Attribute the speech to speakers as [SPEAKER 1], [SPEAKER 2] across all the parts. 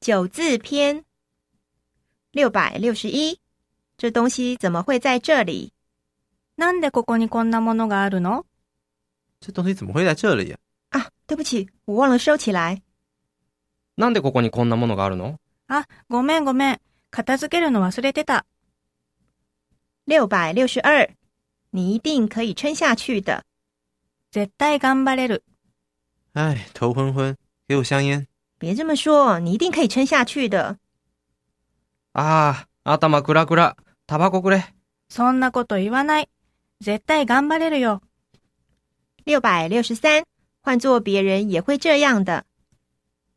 [SPEAKER 1] 九字篇六百六十一，这东西怎么会在这里？
[SPEAKER 2] なんでここにこんなものがあるの
[SPEAKER 3] 这东西怎么会在这里、啊？
[SPEAKER 1] 啊，对不起，我忘了收起来。
[SPEAKER 4] なんでここにこんなものがあるの
[SPEAKER 2] あ、ごめんごめん。片付けるの忘れてた。
[SPEAKER 1] 六百六十二，你一定可以撑下去的。
[SPEAKER 2] 絶対頑張れる。
[SPEAKER 3] 哎，头昏昏，给我香烟
[SPEAKER 1] 别这么说，你一定可以撑下去的。
[SPEAKER 3] 啊
[SPEAKER 4] ああ、頭くらくら。タバコくれ。
[SPEAKER 2] そんなこと言わない。絶対頑張れるよ。
[SPEAKER 1] 六百六十三，换做别人也会这样的。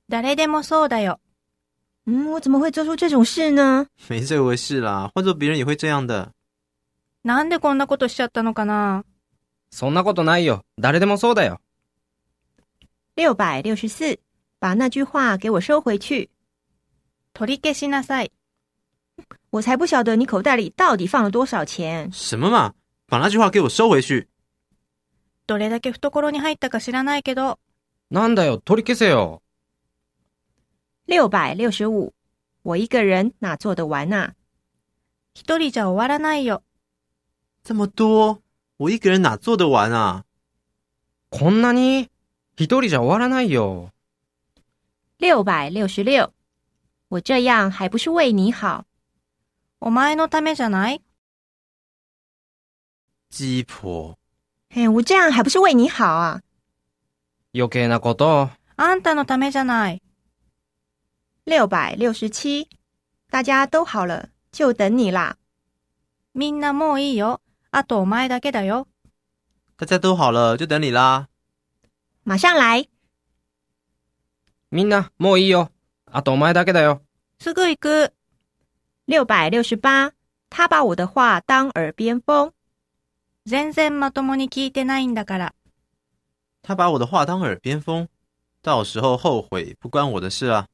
[SPEAKER 2] 誰でもそうだよ。
[SPEAKER 1] 嗯，我怎么会做出这种事呢？
[SPEAKER 3] 没这回事啦，换做别人也会这样的。
[SPEAKER 2] なんでこんなことしちゃったのかな
[SPEAKER 4] そんなことないよ。誰でもそうだよ。
[SPEAKER 1] 六百六十四，把那句话给我收回去。
[SPEAKER 2] 取り消しなさい。
[SPEAKER 1] 我才不晓得你口袋里到底放了多少钱。
[SPEAKER 3] 什么嘛，把那句话给我收回去。
[SPEAKER 2] どれだけ懐に入ったか知らないけど、
[SPEAKER 4] なんだよ、取り消せよ。
[SPEAKER 1] 六百六十五，我一个人哪做得完啊呐、
[SPEAKER 2] 一人じゃ終わらないよ。
[SPEAKER 3] 这么多，我一个人哪做得完啊？
[SPEAKER 4] こんなに一人じゃ終わらないよ。
[SPEAKER 1] 六百六十六，我这样还不是为你好？
[SPEAKER 2] お前のためじゃない
[SPEAKER 3] 鸡婆，
[SPEAKER 1] 嘿，我这样还不是为你好啊？
[SPEAKER 4] 余計なこと。
[SPEAKER 2] あんたのためじゃない。
[SPEAKER 1] 六百六十七，大家都好了，就等你啦。
[SPEAKER 2] みんなもういいよ。あとお前だけだよ。
[SPEAKER 3] 大家都好了，就等你啦。
[SPEAKER 1] 马上来，
[SPEAKER 4] みんな、もういいよ。あとお前だけだよ。
[SPEAKER 2] すぐ行く。
[SPEAKER 1] 六百六十八，他把我的话当耳边风。
[SPEAKER 2] 全然まともに聞いてないんだから。
[SPEAKER 3] 他把我的话当耳边风，到时候后悔不关我的事啊。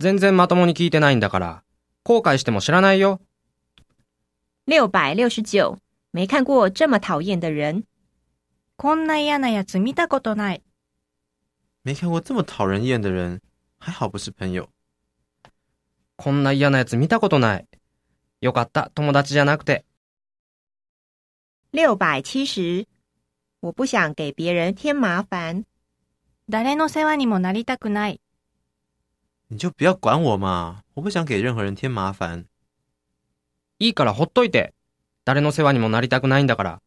[SPEAKER 4] 全然まともに聞いてないんだから。後悔しても知らないよ。
[SPEAKER 1] 六百六十九，没看过这么讨厌的人。
[SPEAKER 2] こんな嫌なやつ見たことない。
[SPEAKER 3] 没看过这么讨人厌的人，还好不是朋友。
[SPEAKER 4] こんな嫌なやつ見たことない。よかった、友達じゃなくて。
[SPEAKER 1] 六百七十，我不想给别人添麻烦。
[SPEAKER 2] 誰の世話にもなりたくない。
[SPEAKER 3] 你就不要管我嘛，我不想给任何人添麻烦。
[SPEAKER 4] いいからほっといて。誰の世話にもなりたくないんだから。